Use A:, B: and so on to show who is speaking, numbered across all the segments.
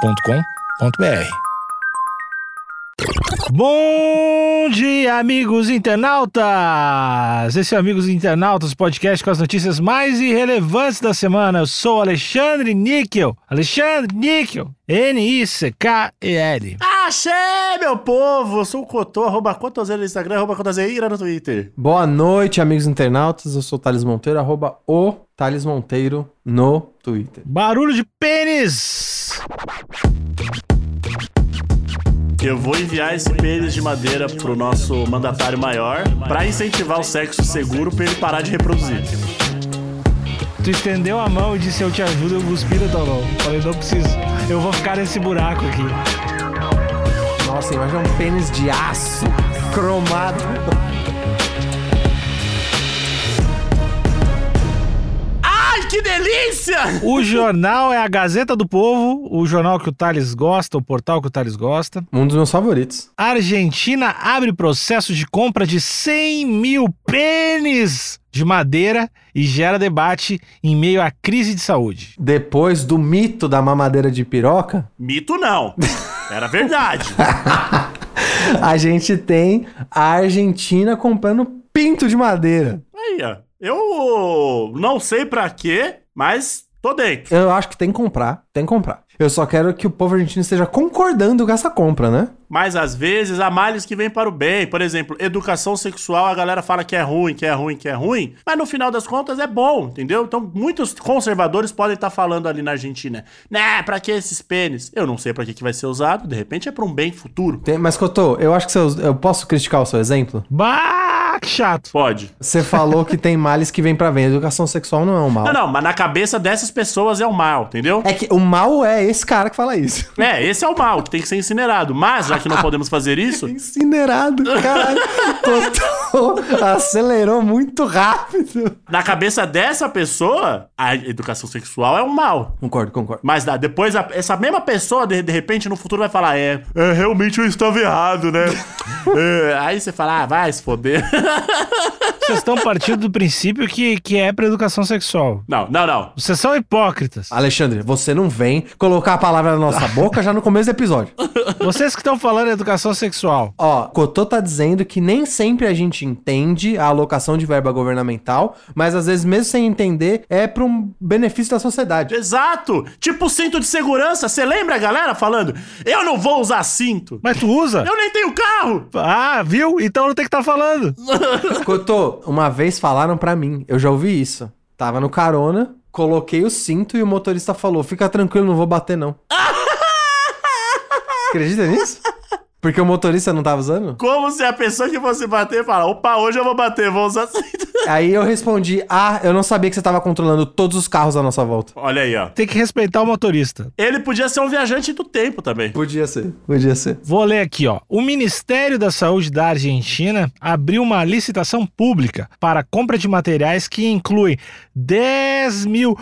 A: agenciadepodcast.com.br.
B: Bom dia, amigos internautas! Esse é o Amigos Internautas, podcast com as notícias mais irrelevantes da semana. Eu sou Alexandre Níquel. Alexandre Níquel. N-I-C-K-E-L.
C: Axé, meu povo! Eu sou o Cotô, arroba Cotoseira no Instagram, arroba Cotoseira no Twitter.
D: Boa noite, amigos internautas. Eu sou o Thales Monteiro, arroba o Thales Monteiro no Twitter.
B: Barulho de pênis!
C: Eu vou enviar esse pênis de madeira pro nosso mandatário maior pra incentivar o sexo seguro pra ele parar de reproduzir.
B: Tu estendeu a mão e disse eu te ajudo, eu cuspi na tua mão. Falei, não preciso. Eu vou ficar nesse buraco aqui.
D: Nossa, imagina um pênis de aço cromado.
C: Ai, que delícia!
B: O jornal é a Gazeta do Povo, o jornal que o Thales gosta, o portal que o Thales gosta.
D: Um dos meus favoritos.
B: Argentina abre processo de compra de 100 mil pênis de madeira e gera debate em meio à crise de saúde.
D: Depois do mito da mamadeira de piroca,
C: Mito não. Era verdade.
D: a gente tem a Argentina comprando pinto de madeira.
C: Aí, ó. Eu não sei pra quê, mas tô dentro.
D: Eu acho que tem que comprar, tem que comprar. Eu só quero que o povo argentino esteja concordando com essa compra, né?
C: Mas às vezes há males que vêm para o bem. Por exemplo, educação sexual, a galera fala que é ruim, que é ruim, que é ruim. Mas no final das contas é bom, entendeu? Então muitos conservadores podem estar falando ali na Argentina: né, pra que esses pênis? Eu não sei pra que, que vai ser usado, de repente é pra um bem futuro.
D: Tem- mas, Cotô, eu acho que seu- eu posso criticar o seu exemplo?
B: Bah, que chato.
C: Pode.
D: Você falou que tem males que vêm pra bem. Educação sexual não é um mal.
C: Não, não, mas na cabeça dessas pessoas é o mal, entendeu?
D: É que o mal é esse cara que fala isso.
C: É, esse é o mal, que tem que ser incinerado. Mas, já que não podemos fazer isso,
D: Incinerado, caralho. Totô acelerou muito rápido.
C: na cabeça dessa pessoa, a educação sexual é um mal.
D: Concordo, concordo.
C: Mas dá, depois a- essa mesma pessoa, de, de repente, no futuro vai falar: é, é, realmente eu estava errado, né? É, aí você fala: ah, vai se foder.
B: Vocês estão partindo do princípio que, que é pra educação sexual.
C: Não, não, não.
B: Vocês são hipócritas.
D: Alexandre, você não vem colocar a palavra na nossa boca já no começo do episódio.
B: Vocês que estão falando em educação sexual.
D: Ó, Cotô tá dizendo que nem sempre a gente entende a alocação de verba governamental, mas às vezes, mesmo sem entender, é para um benefício da sociedade.
C: Exato! Tipo cinto de segurança. Você lembra a galera falando: eu não vou usar cinto.
B: Mas tu usa?
C: Eu nem tenho carro.
B: Ah, viu? Então não tem que estar falando.
D: Cotô, uma vez falaram pra mim, eu já ouvi isso. Tava no carona, coloquei o cinto e o motorista falou: "Fica tranquilo, não vou bater não". Acredita nisso? Porque o motorista não tava usando?
C: Como se a pessoa que fosse bater fala: opa, hoje eu vou bater, vou usar cinto.
D: Aí eu respondi: "Ah, eu não sabia que você tava controlando todos os carros à nossa volta".
C: Olha aí, ó.
B: Tem que respeitar o motorista.
C: Ele podia ser um viajante do tempo também.
D: Podia ser, podia ser.
B: Vou ler aqui, ó. O Ministério da Saúde da Argentina abriu uma licitação pública para compra de materiais que inclui 10 mil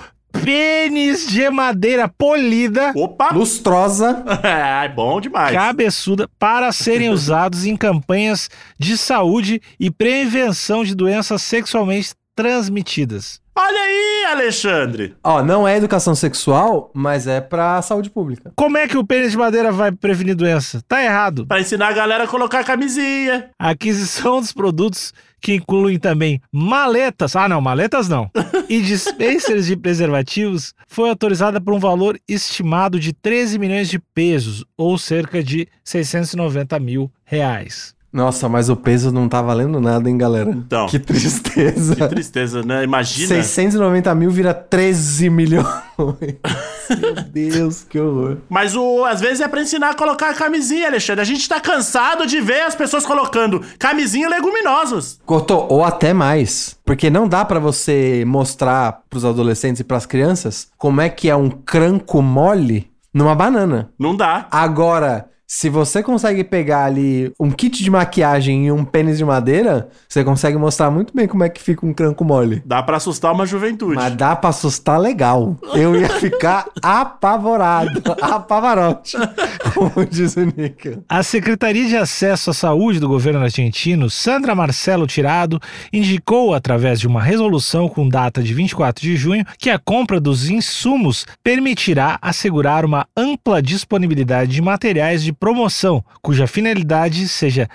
B: pênis de madeira polida,
C: Opa!
D: Lustrosa.
C: É, bom demais.
B: cabeçuda, para serem usados em campanhas de saúde e prevenção de doenças sexualmente transmitidas.
C: Olha aí, Alexandre.
D: Ó, não é educação sexual, mas é pra saúde pública.
B: Como é que o pênis de madeira vai prevenir doença? Tá errado.
C: Pra ensinar a galera a colocar camisinha.
B: A aquisição dos produtos que incluem também maletas, ah não, maletas não, e dispensers de preservativos foi autorizada por um valor estimado de 13 milhões de pesos, ou cerca de 690 mil reais.
D: Nossa, mas o peso não tá valendo nada, hein, galera?
C: Então.
D: Que tristeza.
C: Que tristeza, né? Imagina.
D: 690 mil vira 13 milhões. Meu Deus, que horror.
C: Mas o, às vezes é pra ensinar a colocar a camisinha, Alexandre. A gente tá cansado de ver as pessoas colocando camisinha e leguminosos.
D: Cortou, ou até mais. Porque não dá pra você mostrar pros adolescentes e pras crianças como é que é um cranco mole numa banana.
C: Não dá.
D: Agora, Se você consegue pegar ali um kit de maquiagem e um pênis de madeira, você consegue mostrar muito bem como é que fica um cranco mole.
C: Dá pra assustar uma juventude.
D: Mas dá pra assustar legal. Eu ia ficar apavorado, apavarote, como diz o Nica.
B: A Secretaria de Acesso à Saúde do governo argentino, Sandra Marcelo Tirado, indicou, através de uma resolução com data de 24 de junho, que a compra dos insumos permitirá assegurar uma ampla disponibilidade de materiais de promoção, cuja finalidade seja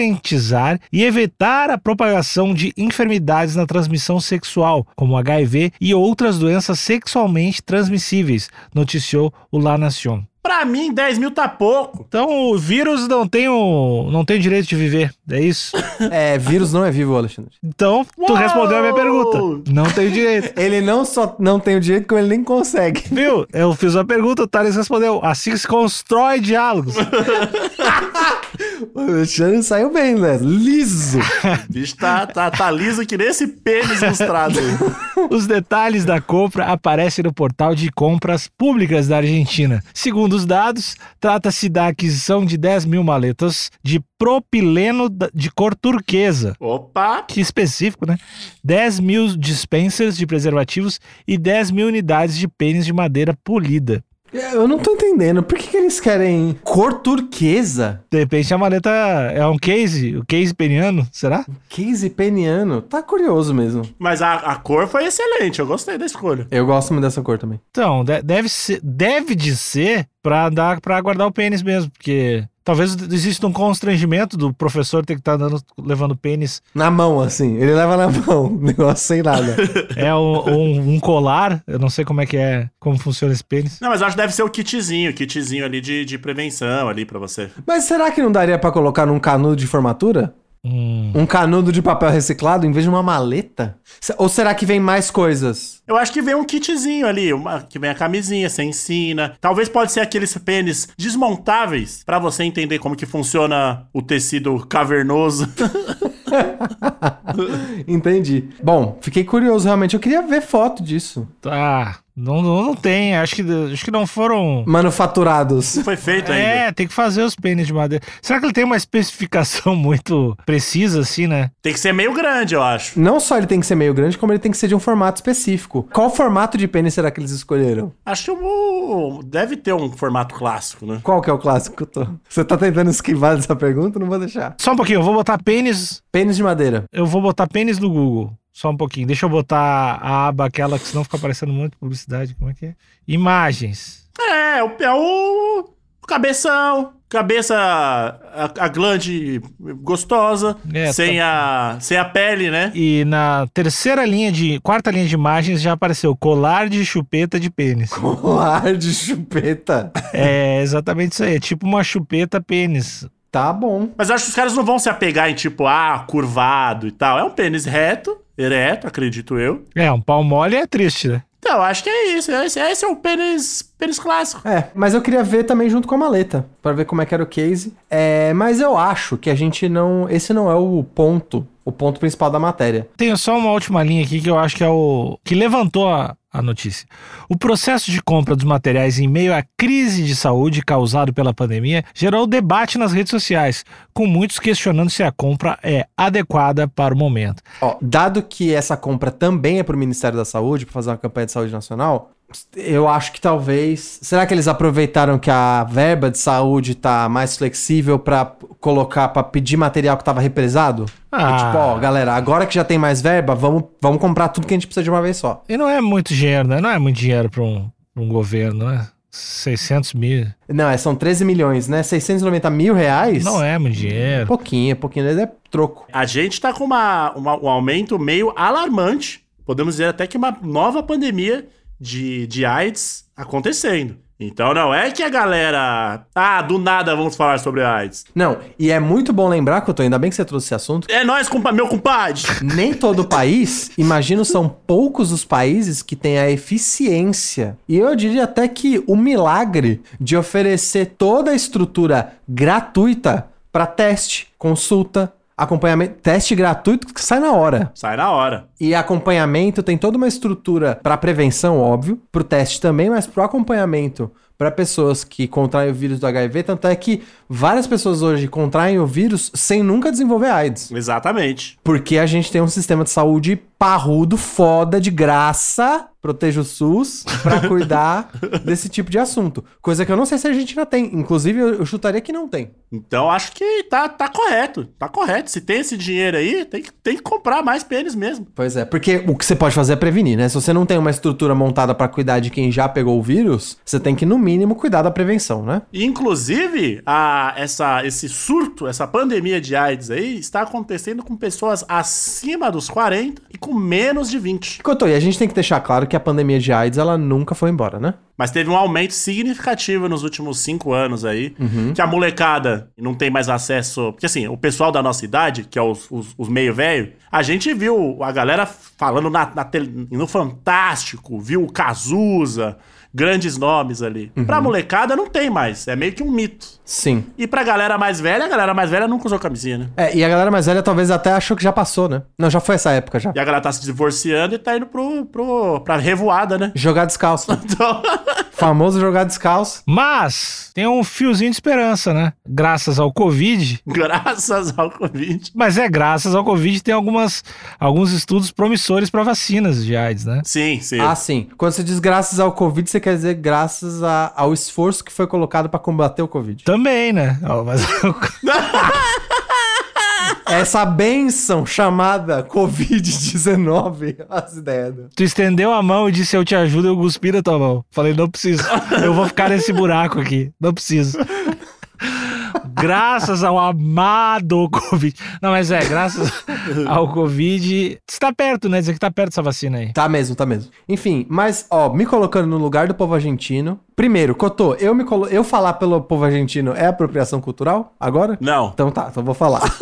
B: conscientizar e evitar a propagação de enfermidades na transmissão sexual, como HIV e outras doenças sexualmente transmissíveis, noticiou o La Nación.
C: Pra mim, 10 mil tá pouco.
B: Então o vírus não tem o, não tem o direito de viver, é isso?
D: É, vírus não é vivo, Alexandre.
B: Então, tu
C: Uou!
B: respondeu a minha pergunta. Não tem direito.
D: Ele não só não tem o direito, como ele nem consegue.
B: Viu? Eu fiz uma pergunta, o Thales respondeu. Assim se constrói diálogos.
D: O Alexandre saiu bem, né? Liso.
C: O bicho tá, tá, tá liso que nem esse pênis lustrado. aí.
B: Os detalhes da compra aparecem no portal de compras públicas da Argentina. Segundo os dados, trata-se da aquisição de 10 mil maletas de propileno da- de cor turquesa.
C: Opa!
B: Que específico, né? 10 mil dispensers de preservativos e 10 mil unidades de pênis de madeira polida.
D: Eu não tô entendendo. Por que, que eles querem cor turquesa?
B: De repente a maleta é um case, o case peniano, será?
D: Case peniano. Tá curioso mesmo.
C: Mas a, a cor foi excelente, eu gostei da escolha.
D: Eu gosto muito dessa cor também.
B: Então, de- deve, ser, deve de ser pra, dar, pra guardar o pênis mesmo, porque talvez exista um constrangimento do professor ter que estar levando pênis.
D: Na mão, assim. Ele leva na mão. Negócio sem nada.
B: É um, um- um colar, eu não sei como é que é, como funciona esse pênis.
C: Não, mas eu acho que deve ser o kitzinho, o kitzinho ali de, de prevenção ali pra você.
D: Mas será que não daria pra colocar num canudo de formatura?
B: Hum,
D: Um canudo de papel reciclado em vez de uma maleta? Se- Ou será que vem mais coisas?
C: Eu acho que vem um kitzinho ali, uma- que vem a camisinha, você ensina. Talvez pode ser aqueles pênis desmontáveis pra você entender como que funciona o tecido cavernoso.
D: Entendi. Bom, fiquei curioso realmente. Eu queria ver foto disso.
B: tá, não, não, não tem, acho que, acho que não foram...
D: Manufaturados.
C: Não foi feito ainda.
B: É, tem que fazer os pênis de madeira. Será que ele tem uma especificação muito precisa, assim, né?
C: Tem que ser meio grande, eu acho.
D: Não só ele tem que ser meio grande, como ele tem que ser de um formato específico. Qual formato de pênis será que eles escolheram?
C: Acho que o- deve ter um formato clássico, né?
D: Qual que é o clássico que eu tô? Você tá tentando esquivar dessa pergunta? Não vou deixar.
B: Só um pouquinho, eu vou botar pênis
D: Pênis de madeira.
B: Eu vou botar pênis no Google. Só um pouquinho. Deixa eu botar a aba aquela que senão fica aparecendo um monte de publicidade. Como é que é? Imagens.
C: É, o, é o, o cabeção. Cabeça, a, a glande gostosa,
B: É,
C: sem, a, sem a pele, né?
B: E na terceira linha de. quarta linha de imagens já apareceu colar de chupeta de pênis.
D: Colar Um de chupeta.
B: é exatamente isso aí. É tipo uma chupeta pênis.
D: Tá bom.
C: Mas eu acho que os caras não vão se apegar em tipo, ah, curvado e tal. É um pênis reto, ereto, acredito eu.
B: É, um pau mole é triste, né?
C: Então, eu acho que é isso. Esse, esse é o pênis, pênis clássico.
D: É, mas eu queria ver também junto com a maleta, Pra ver como é que era o case. É, mas eu acho que a gente não. Esse não é o ponto, o ponto principal da matéria.
B: Tenho só uma última linha aqui que eu acho que é o que levantou a, a notícia. O processo de compra dos materiais em meio à crise de saúde causado pela pandemia gerou debate nas redes sociais, com muitos questionando se a compra é adequada para o momento.
D: Ó, dado que essa compra também é pro Ministério da Saúde, pra fazer uma campanha de saúde nacional, eu acho que talvez. Será que eles aproveitaram que a verba de saúde tá mais flexível pra colocar, pra pedir material que tava represado?
B: Ah.
D: Tipo, ó, galera, agora que já tem mais verba, vamos, vamos comprar tudo que a gente precisa de uma vez só.
B: E não é muito dinheiro, né? Não é muito dinheiro para um, pra um governo, né? 600 mil.
D: Não, é, são 13 milhões, né? 690 mil reais?
B: Não é muito dinheiro.
D: Pouquinho, é pouquinho, né? é troco.
C: A gente tá com uma, uma- um aumento meio alarmante. Podemos dizer até que uma nova pandemia de, de AIDS acontecendo. Então não é que a galera. Ah, do nada vamos falar sobre AIDS.
D: Não, e é muito bom lembrar, Couto, ainda bem que você trouxe esse assunto,
C: É nós, compa meu compadre!
D: nem todo país, imagino, são poucos os países que têm a eficiência. E eu diria até que o milagre de oferecer toda a estrutura gratuita para teste, consulta, acompanhamento, teste gratuito que sai na hora.
C: Sai na hora.
D: E acompanhamento tem toda uma estrutura para prevenção, óbvio, pro teste também, mas pro acompanhamento, para pessoas que contraem o vírus do HIV. Tanto é que várias pessoas hoje contraem o vírus sem nunca desenvolver AIDS.
C: Exatamente.
D: Porque a gente tem um sistema de saúde parrudo, foda, de graça. Proteja o SUS pra cuidar desse tipo de assunto. Coisa que eu não sei se a Argentina tem. Inclusive, eu eu chutaria que não tem.
C: Então acho que tá, tá correto. Tá correto. Se tem esse dinheiro aí, tem, que- tem que comprar mais pênis mesmo.
D: Pois é, porque o que você pode fazer é prevenir, né? Se você não tem uma estrutura montada pra cuidar de quem já pegou o vírus, você tem que, no mínimo, cuidar da prevenção, né?
C: E, Inclusive, a, essa, esse surto, essa pandemia de AIDS aí, está acontecendo com pessoas acima dos 40 e com menos de 20.
D: Enquanto e a gente tem que deixar claro que a pandemia de AIDS, ela nunca foi embora, né?
C: Mas teve um aumento significativo nos últimos cinco anos aí, que a molecada não tem mais acesso. Porque assim, o pessoal da nossa idade, que é os, os- os meio velho, a gente viu a galera falando na, na tele- no Fantástico, viu o Cazuza, grandes nomes ali. Pra molecada não tem mais, é meio que um mito.
D: Sim.
C: E pra galera mais velha, a galera mais velha nunca usou camisinha, né?
D: É, e a galera mais velha talvez até achou que já passou, né? Não, já foi essa época já.
C: E a galera tá se divorciando e tá indo pro, pro, pra revoada, né?
D: Jogar descalço.
C: Então,
D: Famoso jogar descalço.
B: Mas tem um fiozinho de esperança, né? Graças ao Covid.
C: graças ao Covid.
B: Mas é graças ao Covid tem algumas, alguns estudos promissores para vacinas de AIDS, né?
C: Sim, sim.
D: Ah, sim. Quando você diz graças ao Covid, você quer dizer graças a- ao esforço que foi colocado pra combater o Covid.
B: Também, né? Ó, mas-
D: Essa benção chamada Covid-19. As ideias. né? do-
B: tu estendeu a mão e disse eu te ajudo, eu cuspi na tua mão. Falei, não preciso. Eu vou ficar nesse buraco aqui. Não preciso. Graças ao amado Covid. Não, mas é, graças ao Covid. Está perto, né? Dizer que tá perto essa vacina aí.
D: Tá mesmo, tá mesmo. Enfim, mas, ó, me colocando no lugar do povo argentino. Primeiro, Cotô, eu, me colo... eu falar pelo povo argentino é apropriação cultural agora?
C: Não.
D: Então tá, então vou falar.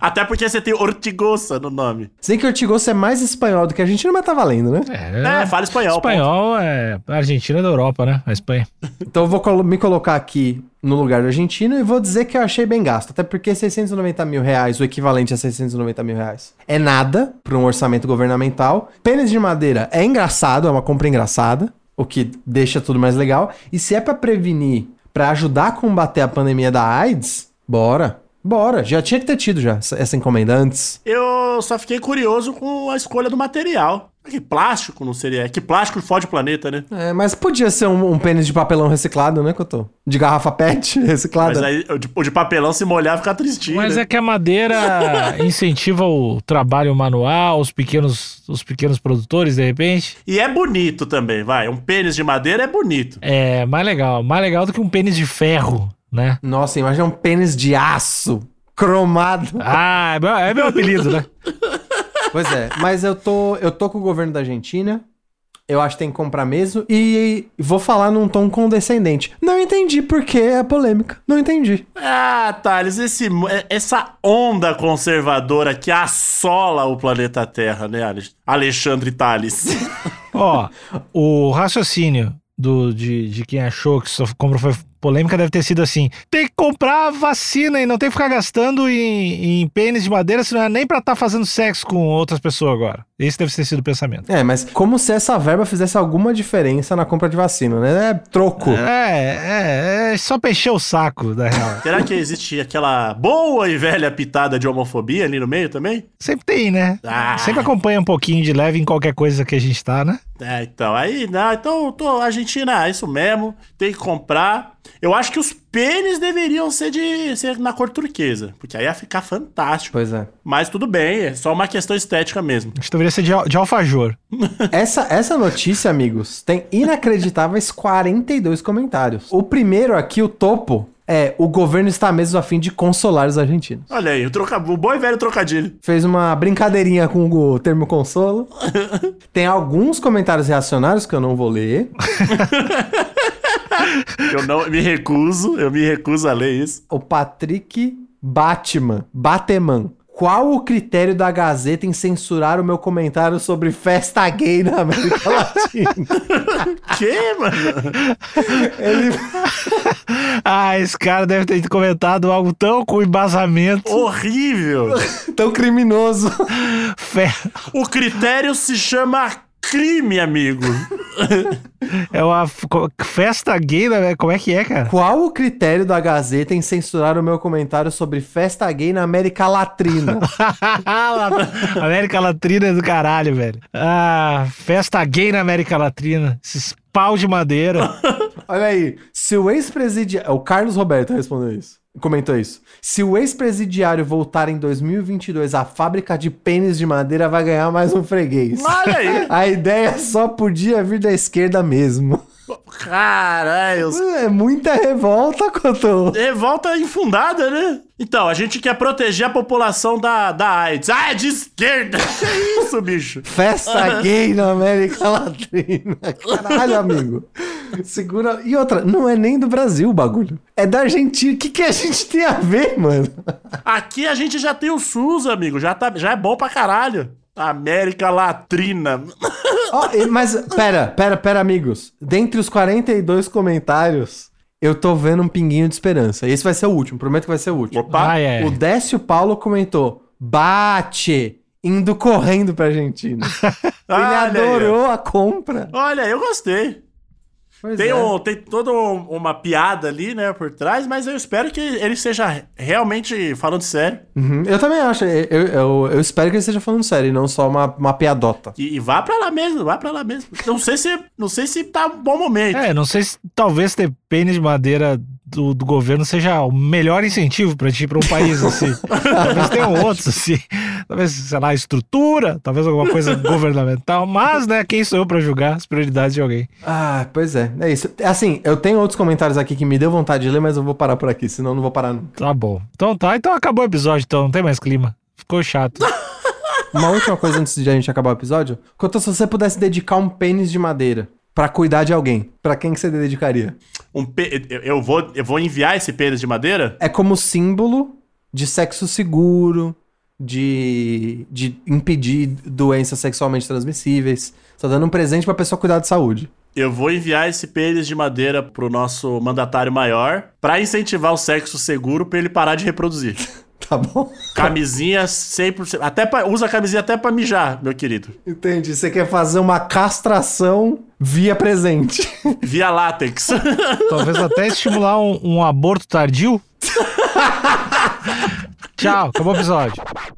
C: Até porque você tem ortigosa no nome.
D: Sei que Ortigoso é mais espanhol do que argentino, mas tá valendo, né?
C: É, fala espanhol.
B: Espanhol é a Argentina da Europa, né? A Espanha.
D: Então eu vou colo- me colocar aqui no lugar do argentino e vou dizer que eu achei bem gasto. Até porque 690 mil reais, o equivalente a 690 mil reais, é nada para um orçamento governamental. Pênis de madeira é engraçado, é uma compra engraçada, o que deixa tudo mais legal. E se é para prevenir, para ajudar a combater a pandemia da AIDS, bora. Bora, já tinha que ter tido já essa essa encomenda antes.
C: Eu só fiquei curioso com a escolha do material. Que plástico não seria? Que plástico fode o planeta, né?
D: É, mas podia ser um, um pênis de papelão reciclado, né, Cotô? De garrafa pet reciclada.
C: Mas aí o de, o de papelão se molhar fica tristinho.
B: Mas
C: né?
B: é que a madeira incentiva o trabalho manual, os pequenos, os pequenos produtores, de repente.
C: E é bonito também, vai. Um pênis de madeira é bonito.
B: É mais legal. Mais legal do que um pênis de ferro, né?
D: Nossa, imagina um pênis de aço cromado.
B: Ah, é meu, é meu apelido, né?
D: Pois é, mas eu tô, eu tô com o governo da Argentina. Eu acho que tem que comprar mesmo. E vou falar num tom condescendente. Não entendi por que é polêmica. Não entendi.
C: Ah, Thales, esse, mo- é- essa onda conservadora que assola o planeta Terra, né, Alex- Alexandre Thales?
B: Ó, o raciocínio do, de, de quem achou que só compra foi polêmica deve ter sido assim: tem que comprar a vacina e não tem que ficar gastando em, em pênis de madeira, senão é nem pra estar fazendo sexo com outras pessoas agora. Esse deve ter sido o pensamento.
D: É, mas como se essa verba fizesse alguma diferença na compra de vacina, né? É troco.
B: É, é, é só pra encher o saco, na real.
C: Será que existe aquela boa e velha pitada de homofobia ali no meio também?
B: Sempre tem, né?
C: Ah.
B: Sempre acompanha um pouquinho de leve em qualquer coisa que a gente tá, né?
C: É, então, aí, não, então, tô, Argentina, é isso mesmo, tem que comprar. Eu acho que os pênis deveriam ser de ser na cor turquesa, porque aí ia ficar fantástico.
D: Pois é.
C: Mas tudo bem, é só uma questão estética mesmo.
B: Acho que deveria ser de, al- de alfajor.
D: Essa, essa notícia, amigos, tem inacreditáveis 42 comentários. O primeiro aqui, o topo, é o governo está mesmo a fim de consolar os argentinos.
C: Olha aí, o, troca, o bom e velho trocadilho.
D: fez uma brincadeirinha com o termo consolo. Tem alguns comentários reacionários que eu não vou ler.
C: Eu não me recuso, eu me recuso a ler isso.
D: O Patrick Batman, Bateman. Qual o critério da Gazeta em censurar o meu comentário sobre festa gay na América Latina?
C: Que, mano?
D: Ele
B: Ah, esse cara deve ter comentado algo tão com embasamento.
C: Horrível.
D: tão criminoso.
B: Fe-
C: O critério se chama crime, amigo.
B: É uma f- co- festa gay, né? Como é que é, cara?
D: Qual o critério da Gazeta em censurar o meu comentário sobre festa gay na América Latina?
B: América Latina é do caralho, velho. Ah, festa gay na América Latina. Esses pau de madeira.
D: Olha aí, se o ex-presidiário. O Carlos Roberto respondeu isso. Comentou isso. Se o ex-presidiário voltar em 2022, a fábrica de pênis de madeira vai ganhar mais um freguês.
C: Olha aí.
D: A ideia só podia vir da esquerda mesmo.
C: Caralho.
D: É muita revolta, Cotô.
C: Revolta É, infundada, né? Então, a gente quer proteger a população da, da AIDS. Ah, é de esquerda! Que isso, bicho?
D: Festa gay na América Latina. Caralho, amigo. Segura. E outra, não é nem do Brasil o bagulho. É da Argentina. O que, que a gente tem a ver, mano?
C: Aqui a gente já tem o SUS, amigo. Já, tá, já é bom pra caralho. América Latrina.
D: Ó, e- mas pera, pera, pera, amigos. Dentre os 42 comentários, eu tô vendo um pinguinho de esperança. Esse vai ser o último, prometo que vai ser o último.
C: Opa.
B: Ai, ai.
D: O Décio Paulo comentou: bate! Indo correndo pra Argentina. Ele
C: Olha aí,
D: adorou a compra.
C: Olha, eu gostei.
D: Pois
C: Tem,
D: é.
C: um, tem toda um- uma piada ali, né, por trás, mas eu espero que ele seja realmente falando sério
D: Uhum, Eu também acho. Eu, eu- eu espero que ele esteja falando sério e não só uma, uma piadota.
C: e, e vá pra lá mesmo, vá pra lá mesmo. Não sei se, não sei se tá um bom momento.
B: É, não sei se talvez ter pênis de madeira do, do governo seja o melhor incentivo pra ti, pra um país assim. talvez tenham outros, assim. Talvez, sei lá, estrutura, talvez alguma coisa governamental. Mas, né, quem sou eu pra julgar as prioridades de alguém?
D: Ah, pois é. É isso. Assim, eu tenho outros comentários aqui que me deu vontade de ler, mas eu vou parar por aqui, senão eu não vou parar nunca.
B: Tá bom. Então tá, então acabou o episódio, então não tem mais clima. Ficou chato.
D: Uma última coisa antes de a gente acabar o episódio. Quanto se você pudesse dedicar um pênis de madeira pra cuidar de alguém, pra quem que você dedicaria?
C: Um pe- eu- eu, vou, eu vou enviar esse pênis de madeira?
D: É como símbolo de sexo seguro, de, de impedir doenças sexualmente transmissíveis. Tá dando um presente pra pessoa cuidar de saúde.
C: Eu vou enviar esse pênis de madeira pro nosso mandatário maior pra incentivar o sexo seguro pra ele parar de reproduzir.
D: Tá bom?
C: Camisinha 100%. Até pra, usa a camisinha até pra mijar, meu querido.
D: Entendi. Você quer fazer uma castração via presente.
C: Via látex.
B: Talvez até estimular um, um aborto tardio. Tchau, acabou o episódio.